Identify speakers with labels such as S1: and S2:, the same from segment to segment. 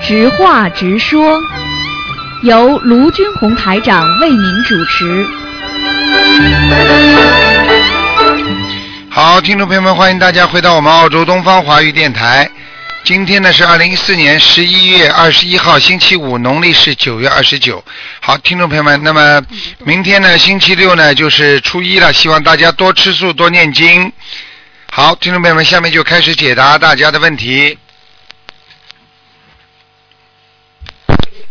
S1: 直话直说，由卢军红台长为您主持。
S2: 好，听众朋友们，欢迎大家回到我们澳洲东方华语电台。今天呢是二零一四年十一月二十一号，星期五，农历是九月二十九。好，听众朋友们，那么明天呢，星期六呢就是初一了，希望大家多吃素，多念经。好，听众朋友们，下面就开始解答大家的问题。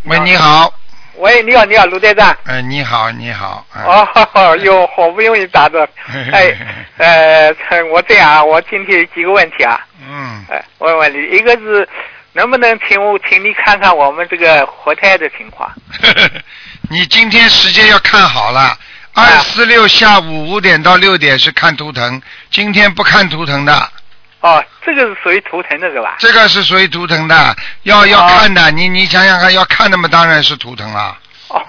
S2: 喂，你好。
S3: 喂，你好，你好，卢队长。
S2: 哎，你好，你好。嗯
S3: 哦，哟，好不容易 打着。哎，呃，我这样啊，我今天有几个问题啊，
S2: 嗯，
S3: 呃，问问你，一个是能不能请我，请你看看我们这个活胎的情况？
S2: 你今天时间要看好了，二四六下午五点到六点是看图腾，今天不看图腾的，
S3: 哦，这个是属于图腾的是吧？
S2: 这个是属于图腾的，要要看的，你你想想看，要看的嘛，当然是图腾 了。
S3: 哦，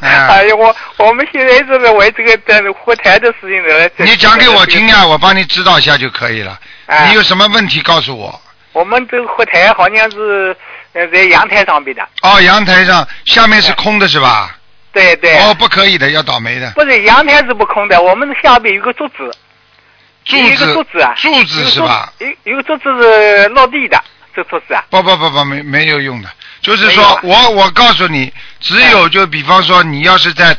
S2: 哎
S3: 哎呀，我我们现在是为这个这个活胎的事情来。
S2: 你讲给我听呀、我帮你指导一下就可以了。
S3: 哎
S2: 你有什么问题告诉我。
S3: 我们这个活胎好像是呃在阳台上边的，
S2: 哦，阳台上下面是空的是吧？
S3: 对对。
S2: 哦，不可以的，要倒霉的。
S3: 不是阳台是不空的，我们下边有个柱子，
S2: 柱
S3: 有一个
S2: 子
S3: 柱子啊，
S2: 柱子是吧？
S3: 有个柱？有有个柱子是落地的，这柱子啊，
S2: 不不不不，没没有用的，就是
S3: 没有
S2: 说、
S3: 啊
S2: 我我告诉你，只有就比方说你要是在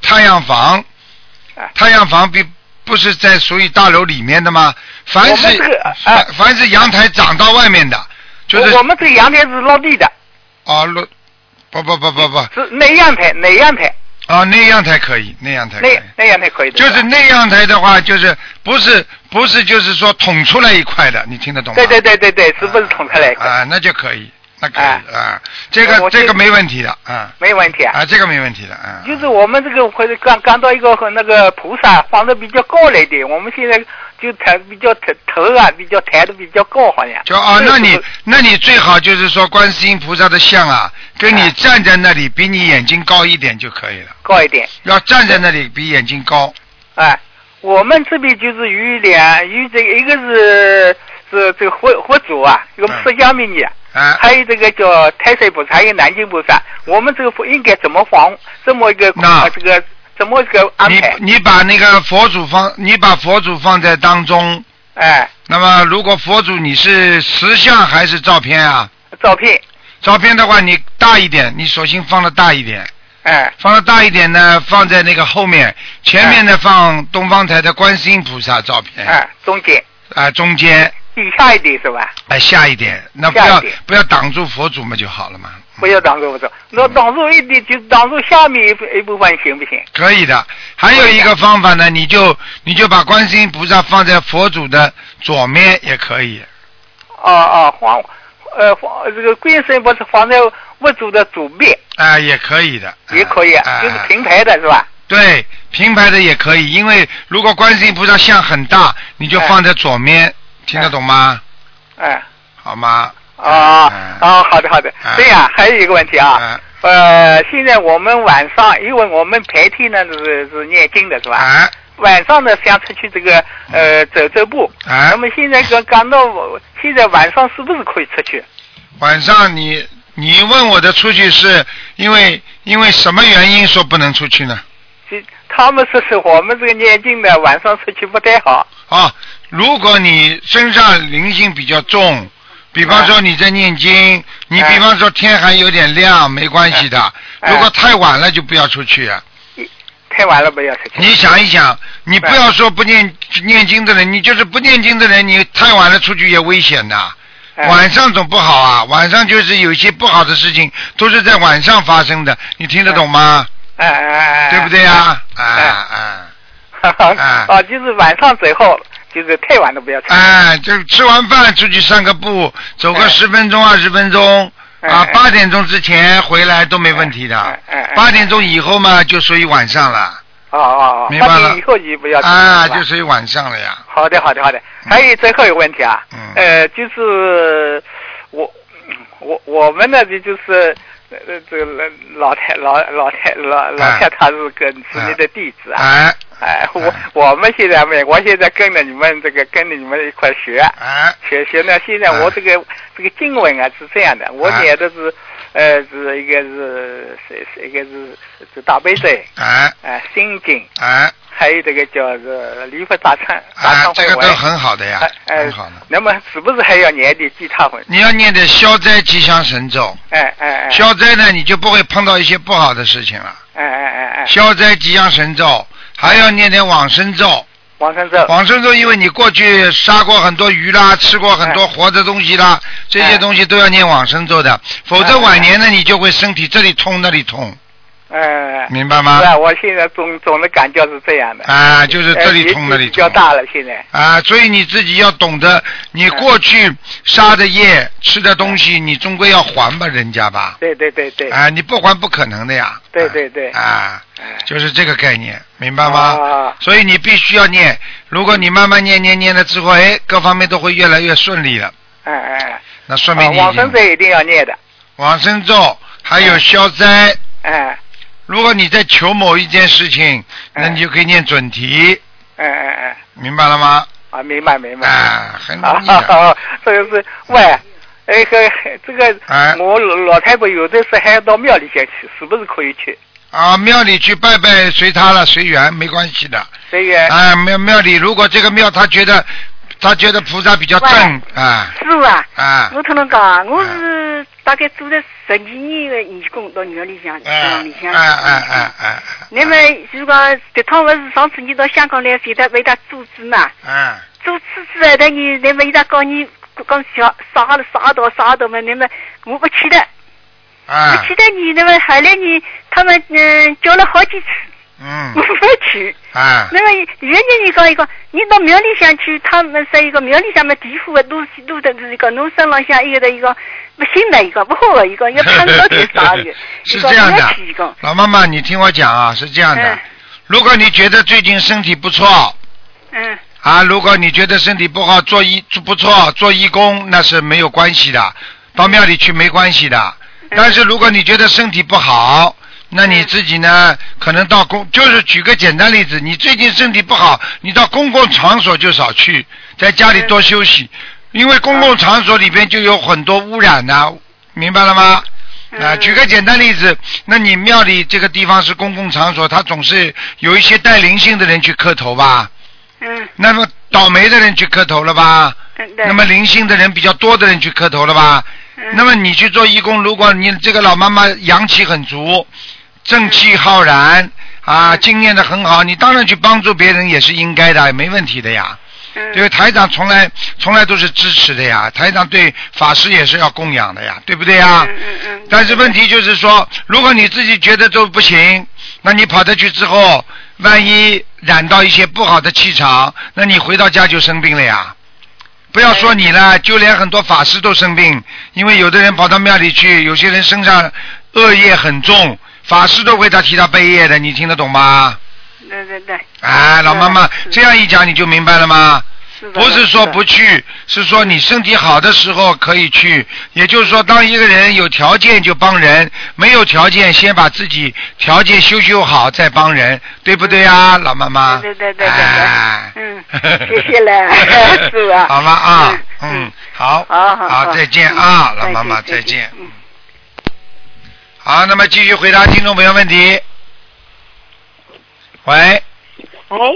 S2: 太阳房，
S3: 哎
S2: 太阳房比不是在属于大楼里面的吗？凡
S3: 我
S2: 是、
S3: 们这个哎
S2: 凡凡是阳台长到外面的，就是
S3: 我我们这个阳台是落地的，
S2: 啊落，不不不不不
S3: 是内阳台，内阳台，
S2: 啊那样才可以，那哎样才可以
S3: 内。内阳台可以的，
S2: 就是
S3: 吧
S2: 那样台的话，就是不是不是就是说捅出来一块的，你听得懂吗？
S3: 对对对对对，是不是捅出来的？
S2: 啊，那就可以，那可
S3: 哎
S2: 以啊，这
S3: 我
S2: 个
S3: 这
S2: 这个没问题的啊
S3: 没问题啊。
S2: 啊，这个没问题的啊。
S3: 就是我们这个或者刚刚到一个和那个菩萨放的比较高了一点，我们现在就抬比较抬头啊，比较抬的比较高，好像。
S2: 就啊，
S3: 这个
S2: 那
S3: 是
S2: 你
S3: 不是
S2: 那你最好就是说观世音菩萨的像啊，跟你
S3: 哎
S2: 站在那里比你眼睛高一点就可以了，
S3: 高一点，
S2: 要站在那里比眼睛高。
S3: 哎，我们这边就是有两有这个，一个是是这个佛佛祖啊，一个
S2: 嗯
S3: 释迦牟尼啊，
S2: 啊，
S3: 还有这个叫太岁菩萨，还有南京菩萨。我们这个佛应该怎么防这么一个
S2: 那
S3: 呃这个怎么一个安
S2: 你
S3: 排？
S2: 你把那个佛祖放，你把佛祖放在当中。
S3: 哎，
S2: 那么，如果佛祖你是石像还是照片啊？
S3: 照片，
S2: 照片的话，你大一点，你索性放的大一点，
S3: 哎
S2: 放的大一点呢，放在那个后面，前面呢放东方台的观世音菩萨照片，啊、
S3: 哎，中间
S2: 中间
S3: 底下一点是吧？
S2: 哎、下一点，那不
S3: 下一
S2: 要
S3: 点
S2: 不要挡住佛祖嘛就好了嘛。
S3: 不要挡住不住，那
S2: 嗯
S3: 挡住一点就挡住下面一部一部分行不行？
S2: 可以的，还有一个方法呢，你就你就把观世音菩萨放在佛祖的左面也可以，
S3: 哦哦，黄呃黄这个观世音菩萨放在佛祖的左边
S2: 啊、也可以的，
S3: 也可以，啊
S2: 哎
S3: 就是平排的是吧？
S2: 对，平排的也可以，因为如果观世音菩萨像很大，你就放在左
S3: 嗯
S2: 面，听得懂吗？
S3: 哎，
S2: 好吗？
S3: 哦
S2: 嗯
S3: 哦，好的好的
S2: 嗯。
S3: 这样还有一个问题啊，
S2: 啊
S3: 呃，现在我们晚上，因为我们白天呢是是念经的是吧？
S2: 啊
S3: 晚上呢想出去这个呃走走步。
S2: 啊
S3: 那！么现在刚刚到，现在晚上是不是可以出去？
S2: 晚上你你问我的出去是因为因为什么原因说不能出去呢？
S3: 就他们说是我们这个念经的晚上出去不太好。
S2: 啊，如果你身上灵性比较重，比方说你在念经，你比方说天还有点亮，没关系的。
S3: 哎
S2: 如果太晚了就不要出去。啊
S3: 太晚了，不要出去。
S2: 你想一想，你不
S3: 对
S2: 要说不念念经的人，你就是不念经的人，你太晚了出去也危险的。
S3: 哎
S2: 晚上总不好啊，晚上就是有一些不好的事情都是在晚上发生的，你听得懂吗？
S3: 哎哎哎，哎
S2: 对不对？ 呀？啊
S3: 哎
S2: 啊
S3: 哈哈哦，就是晚上走后，就是太晚了不要出去。
S2: 哎，就吃完饭出去散个步，走个
S3: 哎
S2: 十分钟二十分钟。
S3: 哎
S2: 啊，
S3: 哎
S2: 八点钟之前回来都没问题的
S3: 哎哎哎，
S2: 八点钟以后嘛，就属于晚上了，
S3: 哦哦哦，
S2: 明白
S3: 八
S2: 了
S3: 点以后你不要出去
S2: 啊，
S3: 吧
S2: 就属嗯于晚上了呀。
S3: 好的，好的，好的。还有最后一个问题啊，
S2: 嗯
S3: 呃，就是我我我们呢，就就是呃呃这个老太老老太老老太她是跟子女的弟子啊，
S2: 哎，
S3: 哎，我我们现在美国现在跟着你们这个跟着你们一块学，
S2: 哎，
S3: 学学呢。现
S2: 啊
S3: 在我这个、这个经文啊是这样的，我念的是、呃是一个是是是一个是是大悲咒，
S2: 哎，
S3: 哎、心经，
S2: 哎，
S3: 还有这个叫是礼佛大忏大
S2: 哎
S3: 忏，
S2: 这
S3: 悔
S2: 个都
S3: 文。
S2: 很好的呀
S3: 哎，哎
S2: 很好的。，
S3: 那么是不是还要念点其他文？
S2: 你要念的消灾吉祥神咒，
S3: 哎哎哎，
S2: 消灾呢，你就不会碰到一些不好的事情了。
S3: 哎哎哎哎，
S2: 消灾吉祥神咒，还要念点往生咒。
S3: 王生 咒，
S2: 往生咒，因为你过去杀过很多鱼啦，吃过很多活的东西啦，
S3: 哎
S2: 这些东西都要念往生咒的，否则晚年呢，你就会身体这里痛那里痛，
S3: 哎哎，哎
S2: 明白吗
S3: 是？啊，我现在总总的感觉是这样的。
S2: 啊，就是这
S3: 哎
S2: 里
S3: 年
S2: 痛
S3: 纪
S2: 那里
S3: 比较
S2: 痛。
S3: 大了，现在。
S2: 啊，所以你自己要懂得，你过去杀的业、吃的东西，你终归要还吧人家吧。
S3: 对对对对。
S2: 啊，你不还不可能的呀。
S3: 对对对
S2: 啊，
S3: 哎
S2: 就是这个概念，明白吗？
S3: 啊
S2: 所以你必须要念，如果你慢慢念念念了之后，哎，各方面都会越来越顺利了。
S3: 哎哎哎，
S2: 那说
S3: 啊
S2: 明你已
S3: 往
S2: 经
S3: 生咒一定要念的，
S2: 往生咒，还
S4: 嗯
S2: 有消灾。
S3: 哎
S2: 如果你在求某一件事情，
S4: 嗯
S2: 那你就可以念准提，
S3: 哎哎哎，
S2: 明白了吗？
S3: 啊，明白
S4: 嗯
S3: 明白。
S2: 啊，很容 易的。
S3: 啊，这个是喂，哎个这个
S2: 哎，
S3: 我老老太婆有的时候还要到庙里先去，是不是可以去？
S2: 啊，庙里去拜拜，随他了，随缘，没关系的。
S3: 这
S4: 嗯
S3: 个
S2: 啊，庙庙里，如果这个庙他觉得他觉得菩萨比较正啊
S4: 师傅啊，
S2: 啊
S4: 我同侬讲啊，我是大概做了十二年的义工到庙里向，
S2: 啊
S4: 乡里向。
S2: 啊啊啊
S4: 那么就是讲，这趟不是上次你到香港来，为他为他做主嘛？
S2: 啊啊！
S4: 做主之后，但你那么伊拉讲你讲小啥了啥道啥道嘛？那么我不去的，
S2: 啊
S4: 不去，的你那么后来你他们嗯叫了好几次，
S2: 嗯
S4: 我不去。
S2: 啊，
S4: 那么原先你讲一个，你到庙里向去，他们说一个庙里向么地府的都是都的是一个，侬身浪向一个的一个不信的一个，不好的一个，要看到点啥的
S2: 是这样
S4: 一个不
S2: 的
S4: 要去一个，，
S2: 老妈妈，你听我讲啊，是这样的
S4: 嗯，
S2: 如果你觉得最近身体不错
S4: 嗯
S2: 啊，如果你觉得身体不好，做义不错，做义工那是没有关系的，到庙里去没关系的。
S4: 嗯
S2: 但是如果你觉得身体不好，那你自己呢，可能到公，就是举个简单例子，你最近身体不好，你到公共场所就少去，在家里多休息，因为公共场所里边就有很多污染呐、明白了吗？啊，
S4: 嗯
S2: 举个简单例子，那你庙里这个地方是公共场所，它总是有一些带灵性的人去磕头吧，
S4: 嗯
S2: 那么倒霉的人去磕头了吧，
S4: 嗯，对
S2: 那么灵性的人比较多的人去磕头了吧，
S4: 嗯
S2: 那么你去做义工，如果你这个老妈妈阳气很足，正气浩然啊，
S4: 嗯
S2: 经验的很好，你当然去帮助别人也是应该的，没问题的呀。
S4: 嗯
S2: 因为台长从来从来都是支持的呀，台长对法师也是要供养的呀，对不对呀？
S4: 嗯嗯嗯
S2: 但是问题就是说，如果你自己觉得都不行，那你跑得去之后，万一染到一些不好的气场，那你回到家就生病了呀。不要说你了，就连很多法师都生病，因为有的人跑到庙里去，有些人身上恶业很重，法师都为他替他背业的，你听得懂吗？
S4: 对对对，
S2: 哎，老妈妈，
S4: 是
S2: 这样一讲你就明白了吗？
S4: 是的
S2: 不是说不
S4: 的
S2: 去，是说你身体好的时候可以去。也就是说，当一个人有条件就帮人，没有条件先把自己条件修修好再帮人，对不对啊，老妈妈？
S4: 嗯对对对对对
S2: 哎
S4: 嗯谢谢了是吧
S2: 好吗？啊，
S4: 嗯
S2: 嗯，好，
S4: 好好好
S2: 再见啊，
S4: 嗯
S2: 老妈妈，
S4: 再见再
S2: 见
S4: 见嗯。
S2: 好，那么继续回答听众朋友问题。喂，
S5: 喂，哎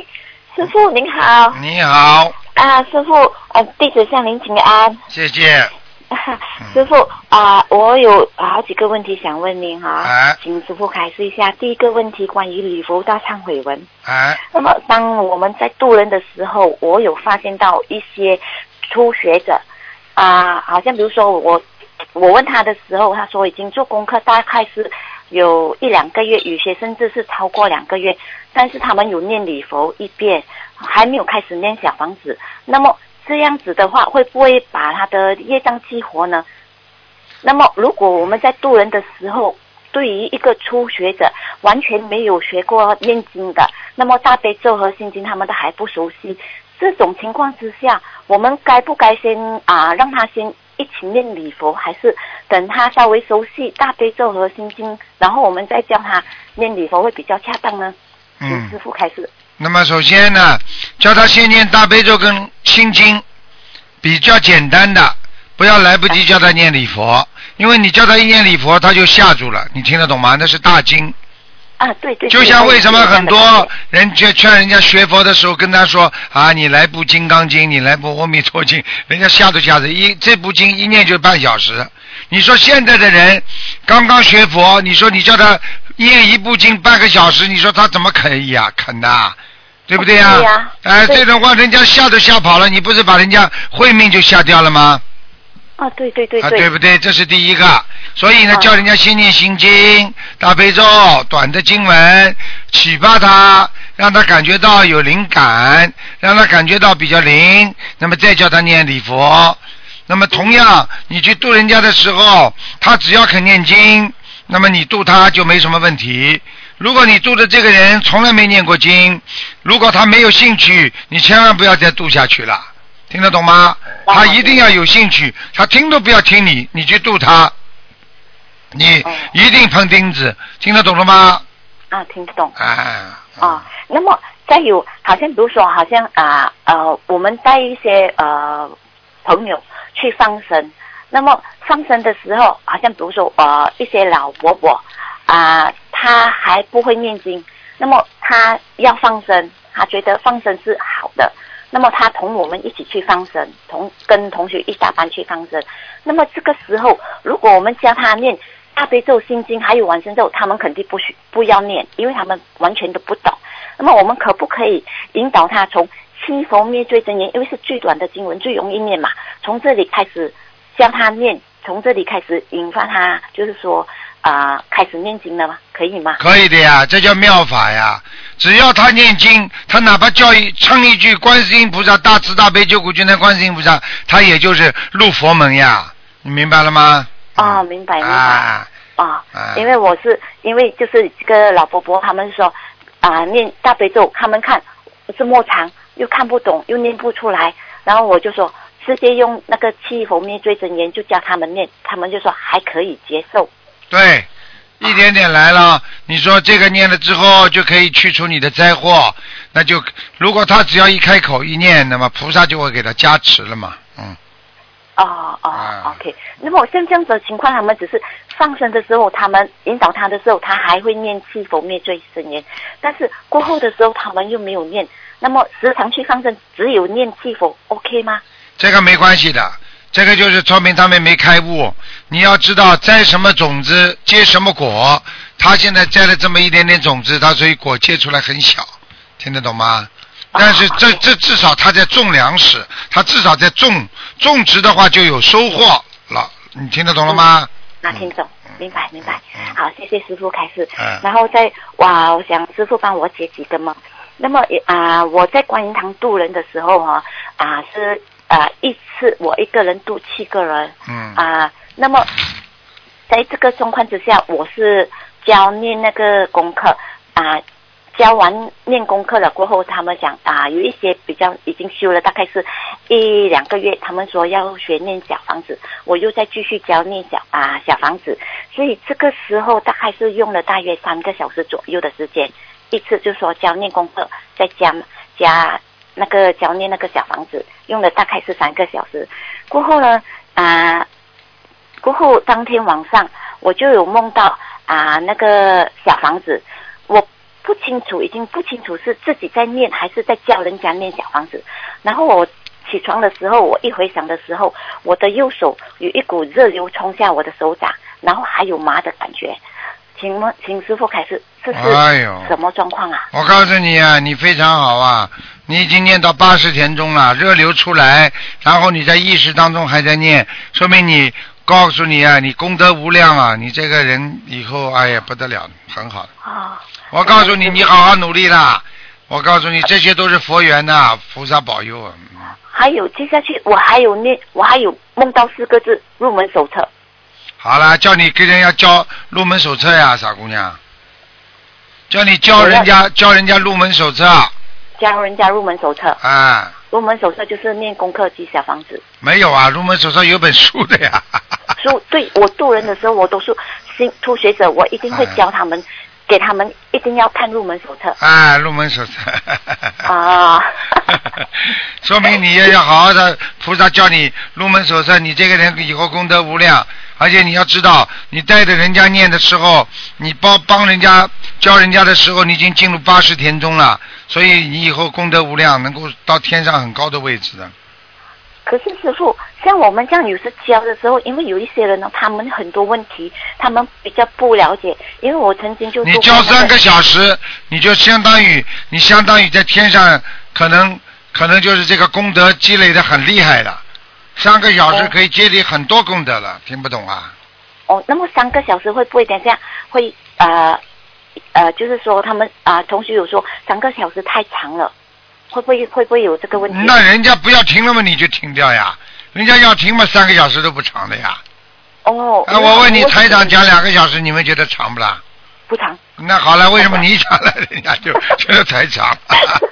S5: 师傅您好
S2: 你好，
S5: 啊，师傅呃，弟子向您请安。
S2: 谢谢。
S5: 师傅啊、我有好几个问题想问您哈、
S2: 哎
S5: 请师傅开示一下。第一个问题关于礼佛大忏悔文。
S2: 哎，
S5: 那么，当我们在渡人的时候，我有发现到一些初学者啊、好像比如说我我问他的时候，他说已经做功课，大概是有一两个月，有些甚至是超过两个月，但是他们有念礼佛一遍，还没有开始念小房子。那么这样子的话，会不会把他的业障激活呢？那么，如果我们在渡人的时候，对于一个初学者完全没有学过念经的，那么大悲咒和心经他们都还不熟悉，这种情况之下，我们该不该先啊让他先一起念礼佛，还是等他稍微熟悉大悲咒和心经，然后我们再教他念礼佛会比较恰当呢？请
S2: 嗯
S5: 师。傅开始。
S2: 那么首先呢，叫他先念大悲咒跟心经，比较简单的，不要来不及叫他念礼佛，因为你叫他一念礼佛，他就吓住了，你听得懂吗？那是大经。
S5: 啊，对对。
S2: 就
S5: 对
S2: 像为什么很多？
S5: 对
S2: 人劝劝人家学佛的时候，跟他说啊，你来部《金刚经》，你来部《阿弥陀经》，人家吓都吓死。一这部经一念就半小时。你说现在的人刚刚学佛，你说你叫他念一部经半个小时，你说他怎么肯呀、肯呐、对不对呀、
S5: 对呀
S2: 哎，
S5: 对
S2: 这种话人家吓都吓跑了，你不是把人家慧命就吓掉了吗？
S5: 啊，对对对
S2: 啊，对不对？这是第一个。所以呢，
S5: 啊
S2: 叫人家先念心经、大悲咒、短的经文，启发他，让他感觉到有灵感，让他感觉到比较灵，那么再叫他念礼佛。那么同样，你去度人家的时候，他只要肯念经，那么你度他就没什么问题。如果你度的这个人从来没念过经，如果他没有兴趣，你千万不要再度下去了，听得懂吗？
S5: 当
S2: 他
S5: 然
S2: 一定要有兴趣，他听都不要听你，你去度他，你
S5: 哦
S2: 一定碰钉子，听得懂了吗？
S5: 啊，听得懂。
S2: 啊
S5: 啊，那么再有，好像比如说，好像啊呃，我们带一些呃朋友去放生，那么放生的时候，好像比如说呃一些老伯伯啊、他还不会念经，那么他要放生，他觉得放生是好的。那么他同我们一起去放生，同跟同学一下班去放生。那么这个时候，如果我们教他念大悲咒、心经还有往生咒，他们肯定不许不要念，因为他们完全都不懂。那么我们可不可以引导他从七佛灭罪真言，因为是最短的经文，最容易念嘛，从这里开始教他念，从这里开始引发他，就是说啊、呃开始念经了吗？可以吗？
S2: 可以的呀，这叫妙法呀。只要他念经，他哪怕叫一唱一句观世音菩萨大慈大悲救苦救难观世音菩萨，他也就是入佛门呀。你明白了吗？
S5: 哦，明白明白。
S2: 啊，
S5: 啊
S2: 啊，
S5: 因为我是因为就是这个老伯伯他们说啊、念大悲咒，他们看是莫长又看不懂又念不出来，然后我就说直接用那个七佛灭罪真言就教他们念，他们就说还可以接受。
S2: 对，一点点来了。你说这个念了之后，就可以去除你的灾祸。那就如果他只要一开口一念，那么菩萨就会给他加持了嘛。嗯，
S5: 哦哦、
S2: 啊
S5: o k 那么像这样子的情况，他们只是放生的时候，哦他们引导他的时候，他还会念七佛灭罪真言，但是过后的时候他们又没有念。那么时常去放生，只有念七佛，OK 吗？
S2: 这个没关系的。这个就是说明他们没开悟。你要知道栽什么种子结什么果。他现在栽了这么一点点种子，他所以果结出来很小，听得懂吗？
S5: 啊
S2: 但是这
S5: 好
S2: 这至少他在种粮食，他至少在种种植的话就有收获了。你听得懂了吗？
S5: 那听懂，明白明白
S2: 嗯。
S5: 好，谢谢师傅开始。
S2: 嗯
S5: 然后再哇，我想师傅帮我解几个梦。那么也啊、我在观音堂渡人的时候哈啊、是啊、一次我一个人渡七个人
S2: 嗯
S5: 啊、那么在这个状况之下，我是教念那个功课啊。教完念功课了过后，他们讲啊，有一些比较已经修了，大概是一两个月，他们说要学念小房子，我又再继续教念小啊小房子，所以这个时候大概是用了大约三个小时左右的时间，一次就说教念功课，再加加那个教念那个小房子，用了大概是三个小时，过后呢啊、过后当天晚上我就有梦到啊、那个小房子，我不清楚，已经不清楚是自己在念还是在叫人家念小房子。然后我起床的时候，我一回想的时候，我的右手有一股热流冲下我的手掌，然后还有麻的感觉。请问，请师傅开始，这是
S2: 哎呦
S5: 什么状况啊？
S2: 我告诉你啊，你非常好啊，你已经念到八十田中了，热流出来，然后你在意识当中还在念，说明你告诉你啊，你功德无量啊，你这个人以后哎呀不得了，很好的。
S5: 啊、
S2: 我告诉你，你好好努力啦。我告诉你，这些都是佛缘呐、菩萨保佑啊。嗯
S5: 还有接下去我还有念，我还有梦到四个字入门手册。
S2: 好啦，叫你跟人家教入门手册呀、傻姑娘。叫你教人家教人家入门手册
S5: 教人家入门手册，
S2: 啊。
S5: 入门手册就是念功课及小房子。
S2: 没有啊，入门手册有本书的呀。
S5: 书对我渡人的时候，我都是新初学者，我一定会教他们，给他们一定要看入门手册
S2: 啊，入门手册。
S5: 啊
S2: 说明你要要好好的，菩萨教你入门手册，你这个人以后功德无量。而且你要知道，你带着人家念的时候，你帮帮人家教人家的时候，你已经进入八十田中了，所以你以后功德无量，能够到天上很高的位置的。
S5: 可是师傅，像我们这样有时教的时候，因为有一些人呢，他们很多问题，他们比较不了解。因为我曾经就
S2: 你
S5: 做过
S2: 教
S5: 那
S2: 三个小时，你就相当于你相当于在天上，可能可能就是这个功德积累的很厉害了，三个小时
S5: 哦
S2: 可以积累很多功德了，听不懂啊？
S5: 哦，那么三个小时会不会等一下会呃呃，就是说他们啊、呃同学有说三个小时太长了，会不会会不会有这个问题？
S2: 那人家不要停了嘛，你就停掉呀，人家要停嘛，三个小时都不长的呀。
S5: 哦，
S2: 哎，我问你，台长讲两
S5: 个
S2: 个小时，你们觉得长不啦？
S5: 不长，
S2: 那好了，为什么你讲了，人家就觉得太 长？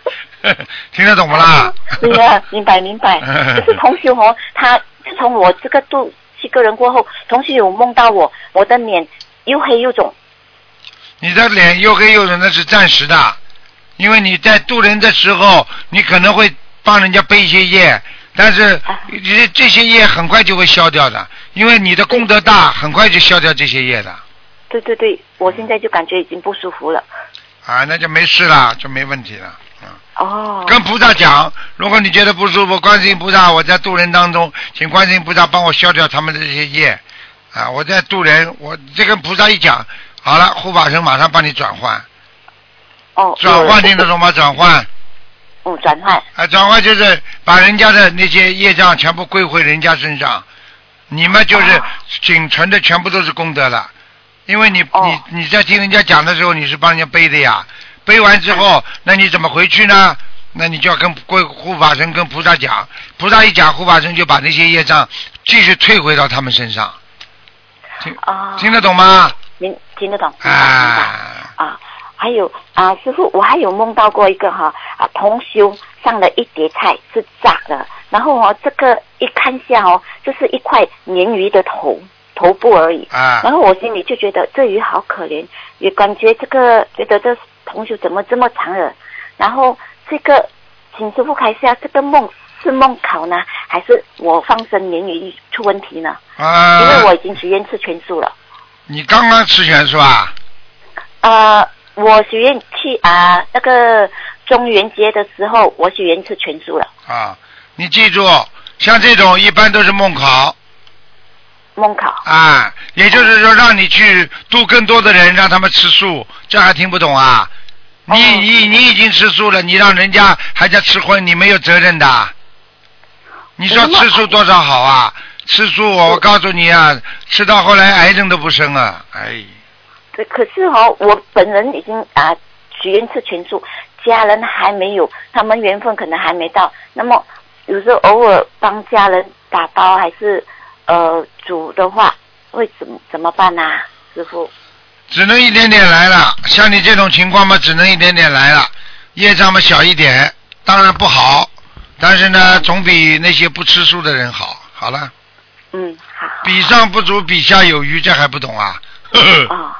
S2: 听得懂不啦？
S5: 对啊，明白明 白。就是同学哦，他自从我这个度七个人过后，同学有梦到我，我的脸又黑又肿。
S2: 你的脸又黑又肿，那是暂时的，因为你在渡人的时候，你可能会帮人家背一些业，但是
S5: 啊
S2: 这这些业很快就会消掉的，因为你的功德
S5: 嗯
S2: 大，很快就消掉这些业的
S5: 对对对，我现在就感觉已经不舒服了。
S2: 啊，那就没事了，就没问题了。啊
S5: 哦，
S2: 跟菩萨讲，如果你觉得不舒服，观世音菩萨，我在渡人当中，请观世音菩萨帮我消掉他们的这些业，啊，我在渡人，我这跟菩萨一讲，好了，护法神马上帮你转换，
S5: 哦，
S2: 转换听得
S5: 种，
S2: 懂吗？转换，
S5: 嗯，转换。
S2: 啊，转换就是把人家的那些业障全部归回人家身上，你们就是
S5: 哦
S2: 仅存的全部都是功德了，因为你、
S5: 哦
S2: 你你在听人家讲的时候，你是帮人家背的呀，背完之
S5: 哎
S2: 后，那你怎么回去呢？那你就要跟归护法神跟菩萨讲，菩萨一讲，护法神就把那些业障继续退回到他们身上，听、
S5: 啊、
S2: 听得懂吗？
S5: 您听得懂？明白明白
S2: 啊，
S5: 啊，还有啊，师傅，我还有梦到过一个哈啊，同修上了一碟菜是炸的，然后哦，这个一看下哦，就是一块鲶鱼的头头部而已，
S2: 啊
S5: 然后我心里就觉得这鱼好可怜，也感觉这个觉得这同修怎么这么长了，然后这个请师傅开下这个梦。是梦考呢，还是我放生鲶鱼出问题呢？因为
S2: 啊
S5: 我，已经许愿吃全素了。
S2: 你刚刚吃全素啊？
S5: 呃，我许愿去啊、那个中元节的时候，我许愿吃全素了，
S2: 啊，你记住，像这种一般都是梦考
S5: 梦考。
S2: 啊，也就是说让你去度更多的人，让他们吃素，这还听不懂啊？你
S5: 哦
S2: 你你已经吃素了，你让人家还在吃荤，你没有责任的。你说吃素多少好啊？吃素，我告诉你啊，吃到后来癌症都不生啊！哎，
S5: 对，可是哦，我本人已经啊、许愿吃全素，家人还没有，他们缘分可能还没到。那么有时候偶尔帮家人打包还是呃煮的话，会怎么怎么办呢、啊师傅？
S2: 只能一点点来了。像你这种情况嘛，只能一点点来了。业障嘛小一点，当然不好，但是呢，总比那些不吃素的人好。好了，
S5: 嗯，好。
S2: 比上不足，比下有余，这还不懂啊？呵 呵，
S5: 啊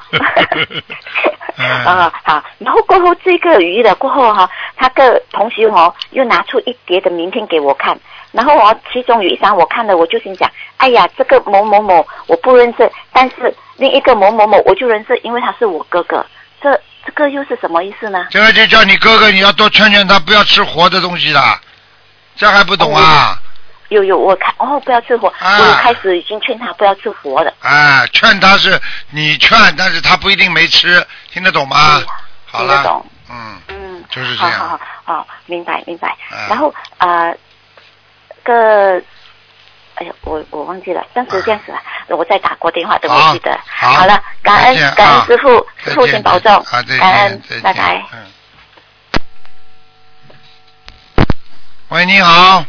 S2: 嗯
S5: 啊好，然后过后这个鱼了过后哈、他的同学哦又拿出一叠的名片给我看，然后哦其中有一张我看了我就心想，哎呀这个某某某我不认识，但是另一个某某某我就认识，因为他是我哥哥，这这个又是什么意思呢？
S2: 这个就叫你哥哥，你要多劝劝他，不要吃活的东西了，这还不懂
S5: 哦
S2: 啊？
S5: 有有我看哦不要吃活，
S2: 啊
S5: 我开始已经劝他不要吃活了，
S2: 啊，劝他是你劝，但是他不一定没吃，听得懂吗
S5: 嗯？
S2: 好
S5: 听得
S2: 了
S5: 懂，？
S2: 嗯，
S5: 嗯，
S2: 就是这
S5: 好
S2: 样。
S5: 好好，好，明白明白
S2: 嗯。
S5: 然后呃，个，哎呀，我我忘记了，但是这样子吧，我再打过电话，等
S2: 好
S5: 我记得。
S2: 好
S5: 好了，感
S2: 再见
S5: 恩感
S2: 啊
S5: 恩师傅，师
S2: 再
S5: 傅
S2: 见
S5: 请保重
S2: 啊，再，见
S5: 感恩
S2: 再见，
S5: 拜拜。
S2: 嗯。喂，你好，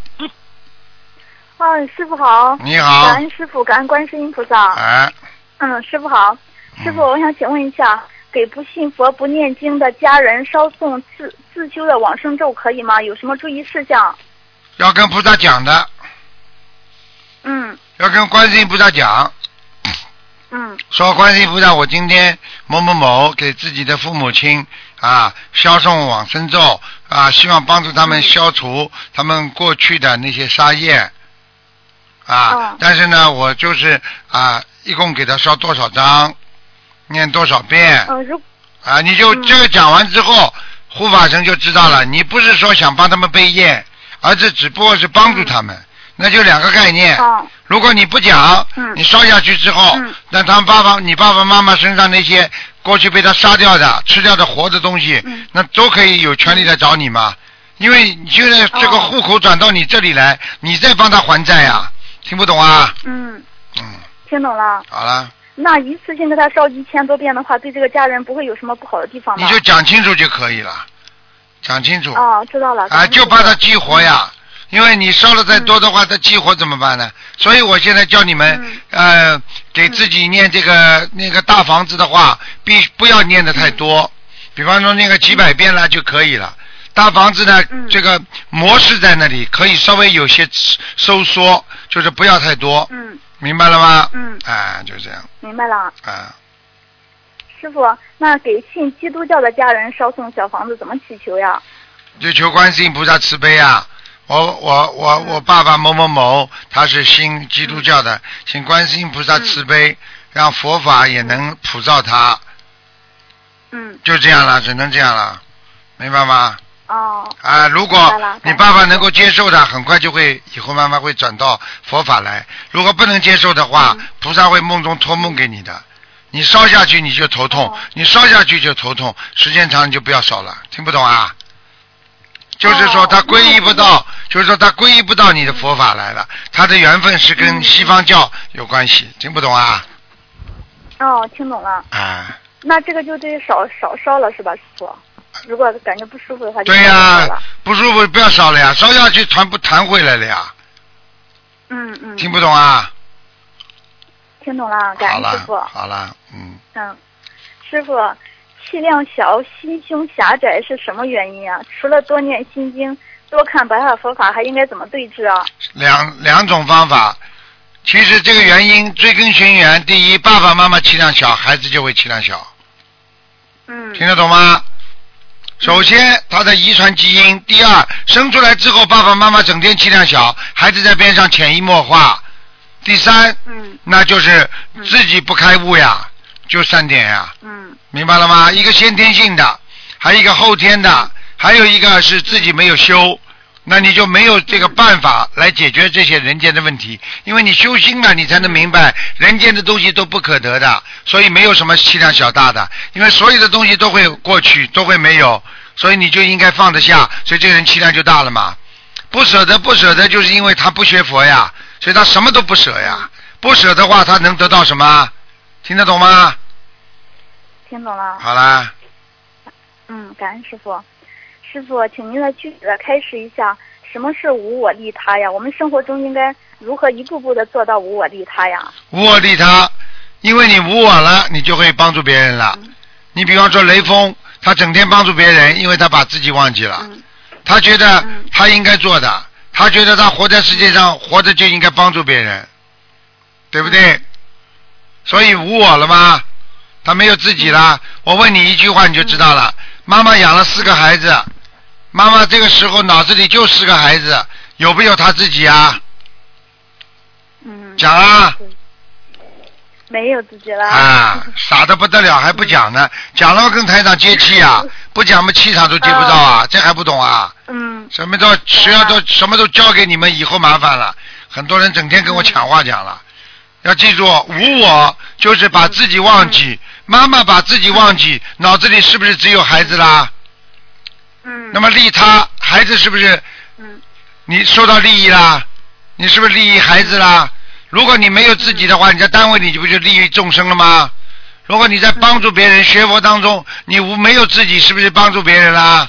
S6: 哦，师傅好，
S2: 你
S6: 感
S2: 好，
S6: 恩师傅，感恩观世音菩萨。
S2: 哎，
S6: 嗯，师傅好，师傅，我想请问一下，给不信佛、不念经的家人烧送自自修的往生咒可以吗？有什么注意事项？
S2: 要跟菩萨讲的，
S6: 嗯
S2: 要跟观世音菩萨讲，
S6: 嗯
S2: 说观世音菩萨，我今天某某某给自己的父母亲啊消送往生咒啊，希望帮助他们消
S6: 嗯
S2: 除他们过去的那些杀业啊
S6: 哦。
S2: 但是呢，我就是啊，一共给他烧多少张，念多少遍
S6: 嗯，如
S2: 啊，你就
S6: 嗯
S2: 这个讲完之后，护法神就知道了。你不是说想帮他们背业，而是只不过是帮助他们，
S6: 嗯
S2: 那就两个概念。
S6: 哦
S2: 如果你不讲，
S6: 嗯
S2: 你烧下去之后，
S6: 嗯
S2: 那他们爸爸、你爸爸妈妈身上那些过去被他杀掉的、吃掉的活的东西，
S6: 嗯
S2: 那都可以有权利来找你嘛。因为你现在这个
S6: 哦
S2: 户口转到你这里来，你再帮他还债呀、听不懂啊？
S6: 嗯，
S2: 嗯，
S6: 听懂了。
S2: 好了，
S6: 那一次性给他烧一千多遍的话，对这个家人不会有什么不好的地方
S2: 你
S6: 吧？
S2: 就讲清楚就可以了，讲清楚。
S6: 哦，知道了。
S2: 啊，就怕他
S6: 他
S2: 激活呀，
S6: 嗯
S2: 因为你烧了再多的话，他激活怎么办呢？所以我现在叫你们，
S6: 嗯
S2: 呃，给自己念这个那个大房子的话，必不要念的太
S6: 嗯
S2: 多，比方说念个几百遍啦就可以了。大房子呢，
S6: 嗯
S2: 这个模式在那里，可以稍微有些收缩，就是不要太多，
S6: 嗯
S2: 明白了吗？
S6: 嗯，
S2: 啊，就这样
S6: 明白了。
S2: 啊。
S6: 师傅，那给信基督教的家人烧送小房子怎么祈求呀？
S2: 就求观世音菩萨慈悲啊！我我我我
S6: 嗯
S2: 爸爸某某某，他是信基督教的，请观世音菩萨慈悲，让佛法也能普照他，
S6: 嗯，
S2: 就这样了，只能这样了，明白吗？
S6: 哦，
S2: 啊，如
S6: 明白
S2: 果
S6: 了
S2: 你爸爸能够接受的，很快就会以后慢慢会转到佛法来；如果不能接受的话，
S6: 嗯
S2: 菩萨会梦中托梦给你的。你烧下去你就头痛
S6: 哦，
S2: 你烧下去就头痛，时间长你就不要烧了，听不懂啊？就是说
S6: 哦
S2: 他皈依不到，就是说他皈依不到你的佛法来了，他的缘分是
S6: 嗯
S2: 跟西方教有关系，听不懂啊？
S6: 哦，听懂了。
S2: 啊。
S6: 那这个就得少少烧了是吧，师傅？如果感觉不舒服的话就
S2: 对呀、
S6: 少烧了
S2: 不舒服不要烧了呀，烧下去弹不弹回来了呀？
S6: 嗯嗯，
S2: 听不懂啊？
S6: 听懂了，感
S2: 好
S6: 恩师
S2: 了
S6: 傅。，
S2: 好了，嗯。
S6: 嗯，师傅，气量小、心胸狭窄是什么原因啊？除了多念心经、多看白话佛法，还应该怎么对治啊？
S2: 两两种方法。其实这个原因追根寻源，第一，爸爸妈妈气量小，孩子就会气量小，
S6: 嗯
S2: 听得懂吗？首先，他的遗传基因；第二，生出来之后，爸爸妈妈整天气量小，孩子在边上潜移默化；第三，
S6: 嗯
S2: 那就是自己不开悟呀，就三点呀。
S6: 嗯
S2: 明白了吗？一个先天性的，还有一个后天的，还有一个是自己没有修，那你就没有这个办法来解决这些人间的问题，因为你修心了，你才能明白人间的东西都不可得的，所以没有什么气量小大的，因为所有的东西都会过去，都会没有，所以你就应该放得下，所以这个人气量就大了嘛。不舍得，不舍得，就是因为他不学佛呀，所以他什么都不舍呀。不舍的话，他能得到什么？听得懂吗？
S6: 听懂了。
S2: 好啦。
S6: 嗯，感恩师傅。师傅，请您来具体的开示一下，什么是无我利他呀？我们生活中应该如何一步步的做到无我利他呀？
S2: 无我利他，因为你无我了，你就会帮助别人了。你比方说雷锋，他整天帮助别人，因为他把自己忘记了，他觉得
S6: 嗯
S2: 他应该做的，他觉得他活在世界上活着就应该帮助别人，对不对？所以无我了吗？他没有自己啦。我问你一句话你就知道了。妈妈养了四个孩子，妈妈这个时候脑子里就四个孩子，有没有她自己啊？
S6: 嗯，
S2: 讲啊。
S6: 没有自己了。
S2: 啊，傻的不得了，还不讲呢？讲了跟台长接气啊，不讲嘛气场都接不到啊，这还不懂啊？
S6: 嗯
S2: 什么都只要都什么都交给你们，以后麻烦了。很多人整天跟我抢话讲了，要记住，无我就是把自己忘记，妈妈把自己忘记，脑子里是不是只有孩子啦？
S6: 嗯。
S2: 那么利他，孩子是不是
S6: 嗯
S2: 你受到利益啦？你是不是利益孩子啦？如果你没有自己的话，你在单位里就不就利益众生了吗？如果你在帮助别人学佛当中，你无没有自己，是不是帮助别人啦？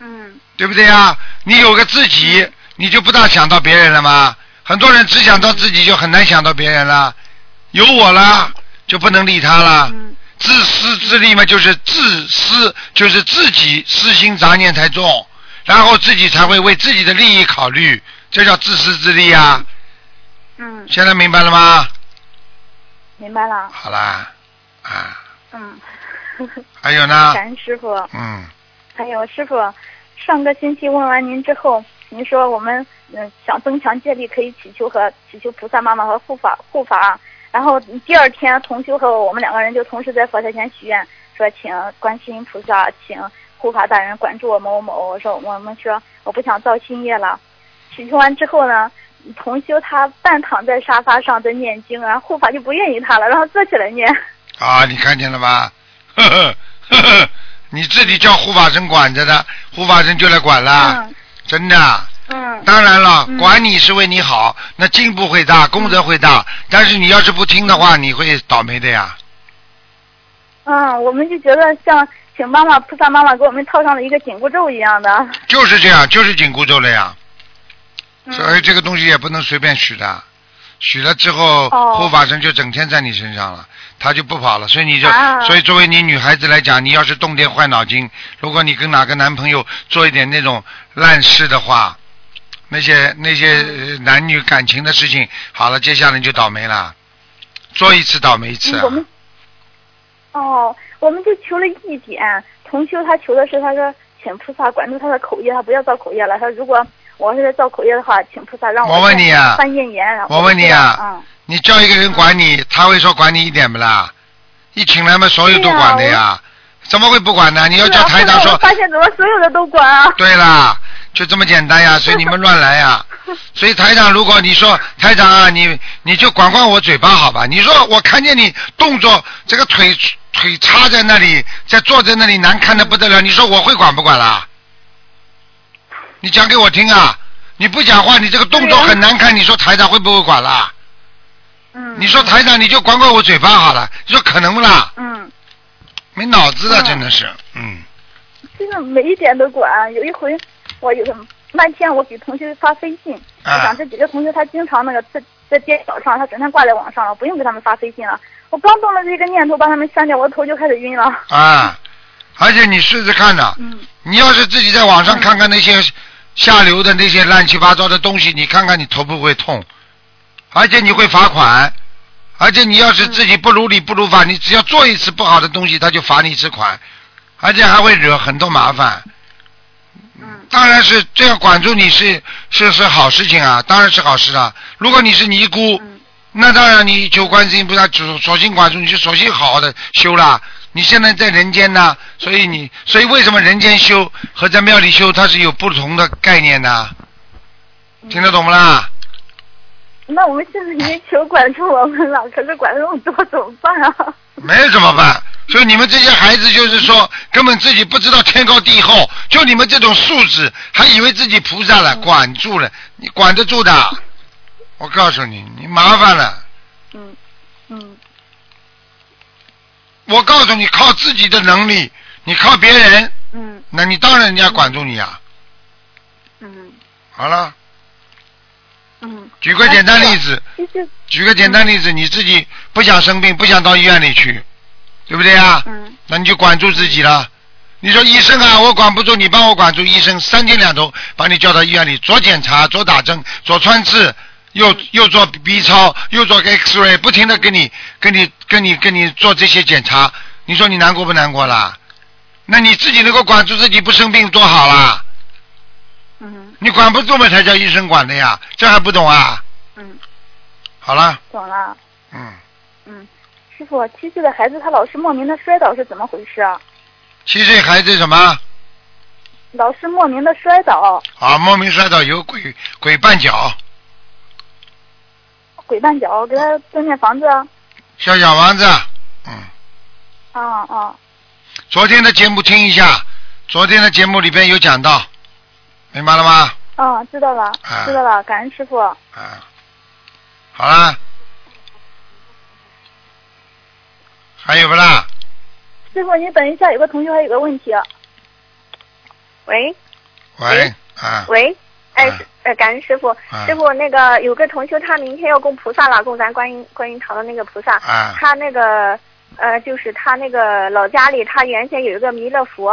S6: 嗯
S2: 对不对呀？你有个自己，你就不大想到别人了吗？很多人只想到自己，就很难想到别人了。有我啦，就不能利他啦。
S6: 嗯
S2: 自私自利嘛，就是自私，就是自己私心杂念太重，然后自己才会为自己的利益考虑，这叫自私自利啊！
S6: 嗯，
S2: 现在明白了吗？
S7: 明白了，
S2: 好啦，啊，
S7: 嗯，
S2: 还有呢，
S7: 感恩师傅。
S2: 嗯，
S7: 还有师傅，上个星期问完您之后，您说我们嗯、呃想增强戒力，可以祈求和祈求菩萨妈妈和护法护法。啊然后第二天，同修和我们两个人就同时在佛台前许愿，说请观世音菩萨，请护法大人管住我某某。我说我们说我不想造新业了。祈求完之后呢，同修他半躺在沙发上在念经，然后护法就不愿意他了，让他坐起来念。
S2: 啊，你看见了吧？呵呵呵呵，你自己叫护法神管着的，护法神就来管 了，真的。
S7: 嗯嗯
S2: 当然了，
S7: 嗯
S2: 管你是为你好，那进步会大，功德会大。但是你要是不听的话，你会倒霉的呀。
S7: 嗯，我们就觉得像请妈妈菩萨妈妈给我们套上了一个紧箍咒一样的。
S2: 就是这样，就是紧箍咒了呀。
S7: 嗯
S2: 所以这个东西也不能随便许的，许了之后，
S7: 哦
S2: 护法神就整天在你身上了，他就不跑了。所以你就，
S7: 啊
S2: 所以作为你女孩子来讲，你要是动点坏脑筋，如果你跟哪个男朋友做一点那种烂事的话，那些那些
S7: 嗯
S2: 呃男女感情的事情，好了，接下来你就倒霉了，做一次倒霉一次
S7: 嗯
S2: 啊。
S7: 我们哦，我们就求了一点，同修他求的是，他说请菩萨管住他的口业，他不要造口业了。他说如果我要是造口业的话，请菩萨让
S2: 我问
S7: 念
S2: 你啊
S7: 犯业言。然后
S2: 我问你啊
S7: 嗯，
S2: 你叫一个人管你，他会说管你一点不啦？一请来嘛，所有都管的
S7: 对
S2: 呀，怎么会不管呢？你要
S7: 是
S2: 叫
S7: 啊
S2: 台长
S7: 后来
S2: 说
S7: 我，发现怎么所有的都管啊？
S2: 对啦，就这么简单 呀，所以你们乱来呀。所以台长，如果你说台长啊，你你就管管我嘴巴好吧？你说我看见你动作，这个腿腿插在那里，在坐在那里难看的不得了，你说我会管不管啦？你讲给我听啊！你不讲话，你这个动作
S7: 对呀
S2: 很难看，你说台长会不会管啦？
S7: 嗯，
S2: 你说台长，你就管管我嘴巴好了，你说可能不啦？
S7: 嗯，
S2: 没脑子的，
S7: 嗯
S2: 真的是，嗯，
S7: 真的每一点都管。有一回，我有个那天我给同学发飞信，我
S2: 啊
S7: 想，这几个同学他经常那个在在电脑上，他整天挂在网上了，不用给他们发飞信了。我刚动了这个念头，把他们删掉，我的头就开始晕了。
S2: 啊，而且你试试看呐、
S7: 嗯，
S2: 你要是自己在网上看看那些下流的那些乱七八糟的东西，你看看你头不会痛，而且你会罚款，而且你要是自己不如理不如法，你只要做一次不好的东西，他就罚你一次款，而且还会惹很多麻烦。
S7: 嗯，
S2: 当然是这样管住你是是是好事情啊，当然是好事啊。如果你是尼姑，
S7: 嗯
S2: 那当然你求观世音菩萨索索性管住，你就索性好好的修啦。你现在在人间呢，所以你所以为什么人间修和在庙里修它是有不同的概念的，听得懂不啦？
S7: 那我们现在已经求管住我们了，可是管了那么多怎么办啊？
S2: 没有怎么办？所以你们这些孩子就是说，根本自己不知道天高地厚，就你们这种素质，还以为自己菩萨了，管住了，你管得住的？我告诉你，你麻烦了。
S7: 嗯嗯
S2: 我告诉你，靠自己的能力，你靠别人，
S7: 嗯
S2: 那你当然人家管住你啊。
S7: 嗯
S2: 好了，
S7: 嗯，
S2: 举个简单例子，
S7: 就是
S2: 举个简单例子，
S7: 嗯
S2: 你自己不想生病，不想到医院里去，对不对啊？
S7: 嗯
S2: 那你就管住自己了。你说医生啊，我管不住，你帮我管住。医生三天两头把你叫到医院里，左检查，左打针，左穿刺，右右做 B 超，右做 X-ray，不停的给你、给你、跟你、跟你做这些检查。你说你难过不难过啦？那你自己能够管住自己不生病多好啦！
S7: 嗯
S2: 你管不住嘛，才叫医生管的呀，这还不懂啊？
S7: 嗯，
S2: 好了，
S7: 懂了。
S2: 嗯，
S7: 嗯，师傅，七岁的孩子他老是莫名的摔倒是怎么回事啊？
S2: 七岁孩子什么
S7: 老是莫名的摔倒，
S2: 啊？莫名摔倒有鬼鬼绊脚，
S7: 鬼绊脚，给他蹲念房子啊
S2: 小小王子，嗯。
S7: 啊啊
S2: 昨天的节目听一下，昨天的节目里边有讲到，明白了吗？
S7: 啊！知道了，知道了，感恩师傅。
S2: 啊，好啦，还有不啦？
S7: 师傅，您等一下，有个同学还有个问题。啊
S6: 喂
S2: 喂，啊，
S6: 喂，哎
S2: 啊，
S6: 是呃，感恩师傅，
S2: 啊
S6: 师傅那个有个同修，他明天要供菩萨了，供咱观音观音堂的那个菩萨，
S2: 啊，
S6: 他那个呃，就是他那个老家里，他原先有一个弥勒佛，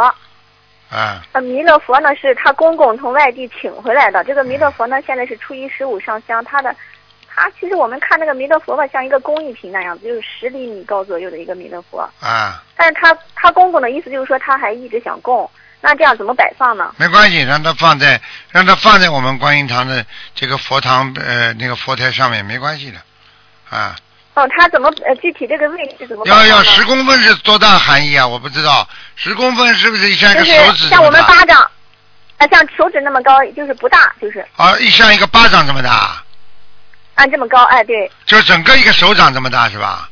S2: 啊，
S6: 呃，弥勒佛呢是他公公从外地请回来的，这个弥勒佛呢现在是初一十五上香，他的
S7: 它其实我们看那个弥勒佛吧，像一个工艺品那样子，就是十厘米高左右的一个弥勒佛。
S2: 啊，
S7: 但是他他公公的意思就是说他还一直想供，那这样怎么摆放呢？
S2: 没关系，让它放在让它放在我们观音堂的这个佛堂呃那个佛台上面没关系的，啊，
S7: 哦，他怎么呃具体这个位置怎么摆
S2: 要
S7: 放呢？
S2: 要十公分是多大含义啊？我不知道，十公分是不是像一
S7: 就
S2: 个手指
S7: 是
S2: 这
S7: 像我
S2: 么
S7: 们
S2: 大？
S7: 巴掌，啊，像手指那么高，就是不大，就是
S2: 啊，一像一个巴掌这么大，
S7: 按这么高，哎，对，
S2: 就整个一个手掌这么大是吧？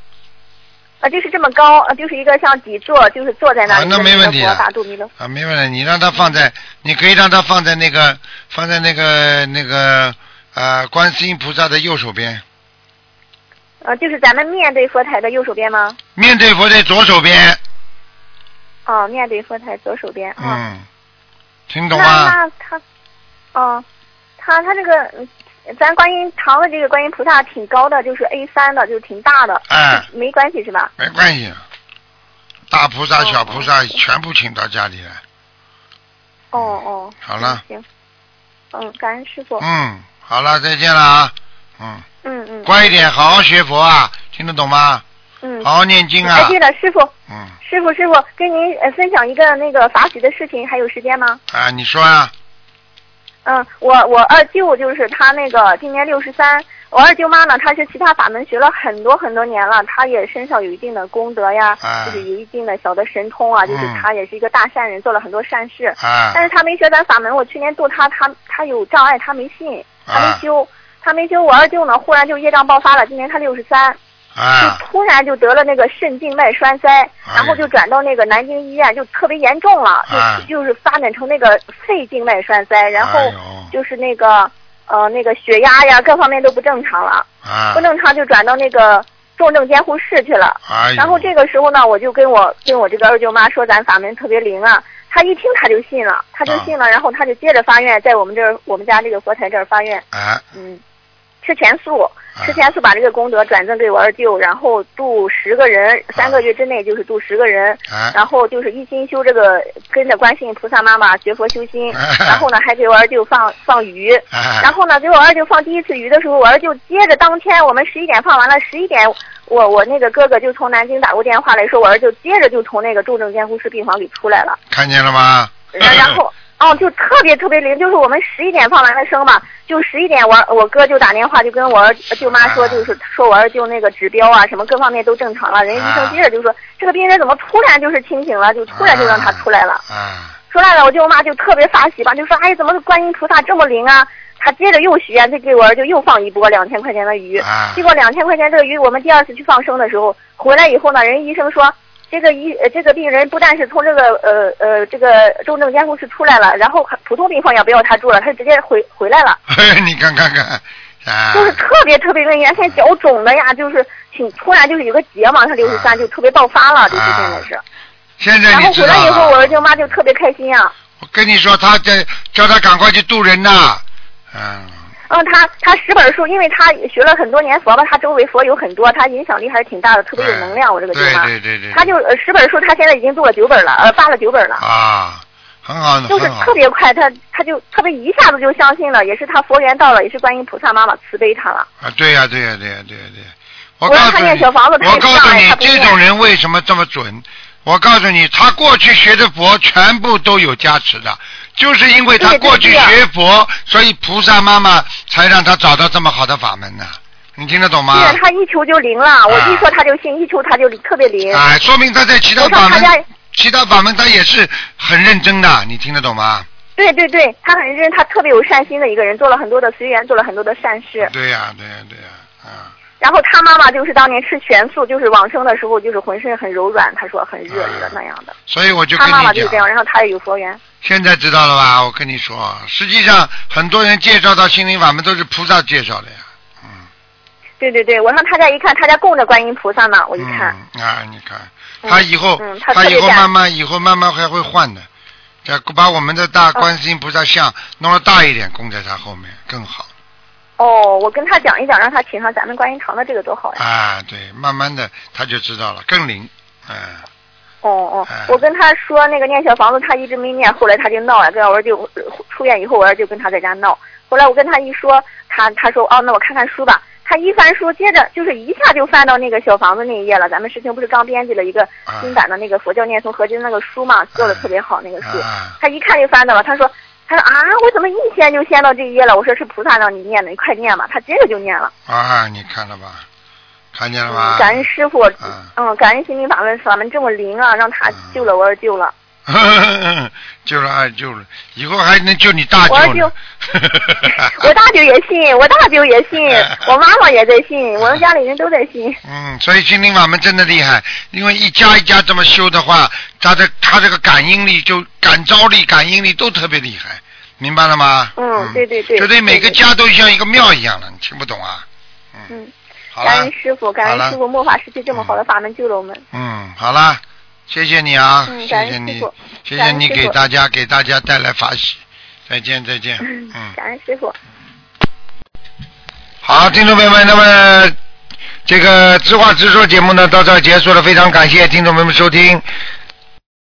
S7: 啊，就是这么高，啊，就是一个像底座，就是坐在那
S2: 啊
S7: 里，，
S2: 那没问题
S7: 的
S2: 的。
S7: 大肚弥勒。
S2: 啊，没问题，你让它放在，你可以让它放在那个放在那个那个呃观世音菩萨的右手边，
S7: 呃，就是咱们面对佛台的右手边吗？
S2: 面对佛的左手边。
S7: 哦，面对佛台左手边。啊、
S2: 嗯，听
S7: 那
S2: 懂吗？
S7: 那他，哦，他他这个，嗯咱观音堂的这个观音菩萨挺高的，就是 A 三的，就是挺大的，
S2: 哎，
S7: 没关系是吧？
S2: 没关系，大菩萨、
S7: 哦
S2: 小菩萨全部请到家里来。
S7: 哦哦。
S2: 好了
S7: 行。嗯，感恩师傅。
S2: 嗯，好了，再见了啊。嗯，
S7: 嗯嗯
S2: 乖一点，好好学佛啊，听得懂吗？
S7: 嗯。
S2: 好好念经
S7: 哎，
S2: 啊。
S7: 对了，师傅，
S2: 嗯，
S7: 师傅，师傅，跟您呃分享一个那个法喜的事情，还有时间吗？
S2: 啊，你说啊，
S7: 嗯，我我二舅就是他那个今年六十三，我二舅妈呢，她是其他法门学了很多很多年了，她也身上有一定的功德呀，
S2: 哎
S7: 就是有一定的小的神通啊，就是
S2: 嗯
S7: 她也是一个大善人，做了很多善事。
S2: 啊
S7: 但是她没学咱法门，我去年度她，她她有障碍，她没信，她
S2: 啊
S7: 没修，她没修。我二舅呢，忽然就业障爆发了，今年她六十三，就
S2: 啊，
S7: 突然就得了那个肾静脉栓塞，
S2: 哎
S7: 然后就转到那个南京医院，就特别严重了，
S2: 哎
S7: 就就是发展成那个肺静脉栓塞，然后
S2: 哎呦
S7: 就是那个呃那个血压呀各方面都不正常了，
S2: 啊
S7: 不，正常就转到那个重症监护室去了。
S2: 哎呦，
S7: 然后这个时候呢，我就跟我跟我这个二舅妈说咱法门特别灵啊，她一听她就信了，她
S2: 啊
S7: 就信了，然后她就接着发愿，在我们这儿我们家这个佛台这儿发愿，
S2: 啊，
S7: 嗯，吃全素，
S2: 啊
S7: 吃全素把这个功德转赠给我二舅，然后度十个人，三个月之内就是度十个人，
S2: 啊，
S7: 然后就是一心修这个跟着观世音菩萨妈妈学佛修心，
S2: 啊
S7: 然后呢还给我二舅放放鱼。
S2: 啊，
S7: 然后呢，给我二舅放第一次鱼的时候，我二舅接着当天我们十一点放完了，十一点我我那个哥哥就从南京打过电话来说，我二舅接着就从那个重症监护室病房里出来了。
S2: 看见了吗？
S7: 然然后，哦，就特别特别灵，就是我们十一点放完了生嘛，就十一点我我哥就打电话就跟我二舅妈说，就是说我二舅那个指标啊什么各方面都正常了，人家医生接着就说这个病人怎么突然就是清醒了，就突然就让他出来了，
S2: 啊，
S7: 出来了我舅妈就特别发喜吧，就说哎怎么观音菩萨这么灵啊？他接着又许愿，就给我二舅又放一波两千块钱的鱼，
S2: 啊
S7: 结果两千块钱这个鱼，我们第二次去放生的时候，回来以后呢，人医生说，这个医呃这个病人不但是从这个呃呃这个重症监护室出来了，然后普通病房也不要他住了，他直接回回来了，
S2: 你看看看，啊，
S7: 就是特别特别原先脚肿的呀，就是挺突然就是有个结嘛，他六十
S2: 啊
S7: 三就特别爆发了，就是真的是。
S2: 现在啊
S7: 然后
S2: 你
S7: 回
S2: 知
S7: 来
S2: 道
S7: 以后，我
S2: 了
S7: 二。舅妈就特别开心啊，
S2: 我跟你说，他这叫他赶快去渡人呐、嗯，
S7: 嗯，他他十本书，因为他学了很多年佛吧，他周围佛友很多，他影响力还是挺大的，特别有能量。我这个舅
S2: 哎对
S7: 妈，
S2: 对对对，
S7: 他就呃十本书，他现在已经做了九本了，呃发了九本了，
S2: 啊，很好，
S7: 就是
S2: 很好
S7: 特，别快，他他就特别一下子就相信了，也是他佛缘到了，也是观音菩萨妈妈慈悲他了。
S2: 啊，对呀、对呀、对呀、对呀、对呀、我
S7: 我让
S2: 告诉
S7: 他念
S2: 你，
S7: 小房子他
S2: 我
S7: 也不
S2: 告诉
S7: 上来
S2: 你
S7: 他，不
S2: 这
S7: 念
S2: 种人为什么这么准？我告诉你，他过去学的佛全部都有加持的，就是因为他
S7: 对对
S2: 过去
S7: 对呀
S2: 学佛，所以菩萨妈妈才让他找到这么好的法门呢、你听得懂吗？
S7: 是他一求就灵了，我一说他就信，一求他就灵特别灵。
S2: 啊，说明他在其他
S7: 我
S2: 法
S7: 上他
S2: 门
S7: 家，
S2: 其他法门他也是很认真的，你听得懂吗？
S7: 对对对，他很认真，他特别有善心的一个人，做了很多的随缘，做了很多的善事。
S2: 对呀、对呀、对呀、啊，
S7: 然后他妈妈就是当年吃全素，就是往生的时候，就是浑身很柔软，他说很
S2: 啊
S7: 热热那样的。
S2: 所以我就跟
S7: 他
S2: 你
S7: 妈妈
S2: 讲，
S7: 就是这样，然后他也有佛缘。
S2: 现在知道了吧？我跟你说，实际上很多人介绍到心灵法门都是菩萨介绍的呀。
S7: 对对对，我上他家一看，他家供着观音菩萨呢，我一看，
S2: 嗯啊，你看，
S7: 嗯
S2: 他以后、
S7: 嗯他特
S2: 以
S7: 别
S2: 后
S7: 感
S2: 慢慢以后慢慢还会换的，这把我们的
S7: 哦
S2: 大观世音菩萨像弄得大一点，供在他后面更好。
S7: 哦，我跟他讲一讲，让他请上咱们观音堂的这个多好呀！
S2: 啊，对，慢慢的他就知道了，更灵。嗯、
S7: 哦哦
S2: 哎，
S7: 我跟他说那个念小房子，他一直没念，后来他就闹呀，跟我儿就出院以后，我儿就跟他在家闹。后来我跟他一说，他他说哦，那我看看书吧。他一翻书，接着就是一下就翻到那个小房子那一页了。咱们师兄不是刚编辑了一个
S2: 啊
S7: 新版的那个佛教念诵合经那个书嘛，做的特别好那个书。
S2: 啊
S7: 他一看就翻到了，他说，他说啊，我怎么一掀就掀到这一页了？我说是菩萨让你念的，你快念吧。他接着就念了。
S2: 啊！你看了吧？看见了吧？
S7: 嗯，感恩师傅，
S2: 啊
S7: 嗯，感恩心灵法门法门这么灵啊，让他救了我二舅 了。
S2: 救了二舅了，啊以后还能救你大舅 呢。
S7: 我大舅也信，我大舅也 信，我妈妈也在信，我们家里人都在信。
S2: 嗯，所以心灵法门真的厉害，因为一家一家这么修的话，他的他这个感应力就感召力、感应力都特别厉害，明白了吗？
S7: 嗯，对对对，
S2: 就对每个家都像一个庙一样了，你听不懂啊？嗯，
S7: 嗯，
S2: 好
S7: 感
S2: 了
S7: 恩，师傅，感
S2: 好了
S7: 恩师傅，末法时期这么好的法门救了我们。
S2: 嗯，好了，谢谢你啊，
S7: 嗯感
S2: 谢
S7: 恩
S2: 谢你
S7: 师父，
S2: 谢
S7: 感
S2: 谢
S7: 恩
S2: 你
S7: 师
S2: 给
S7: 父
S2: 大家给大家带来法喜，再见再见，嗯。
S7: 感恩师傅。
S2: 好，听众朋友们，那么这个直话直说节目呢到这儿结束了，非常感谢听众朋友们收听。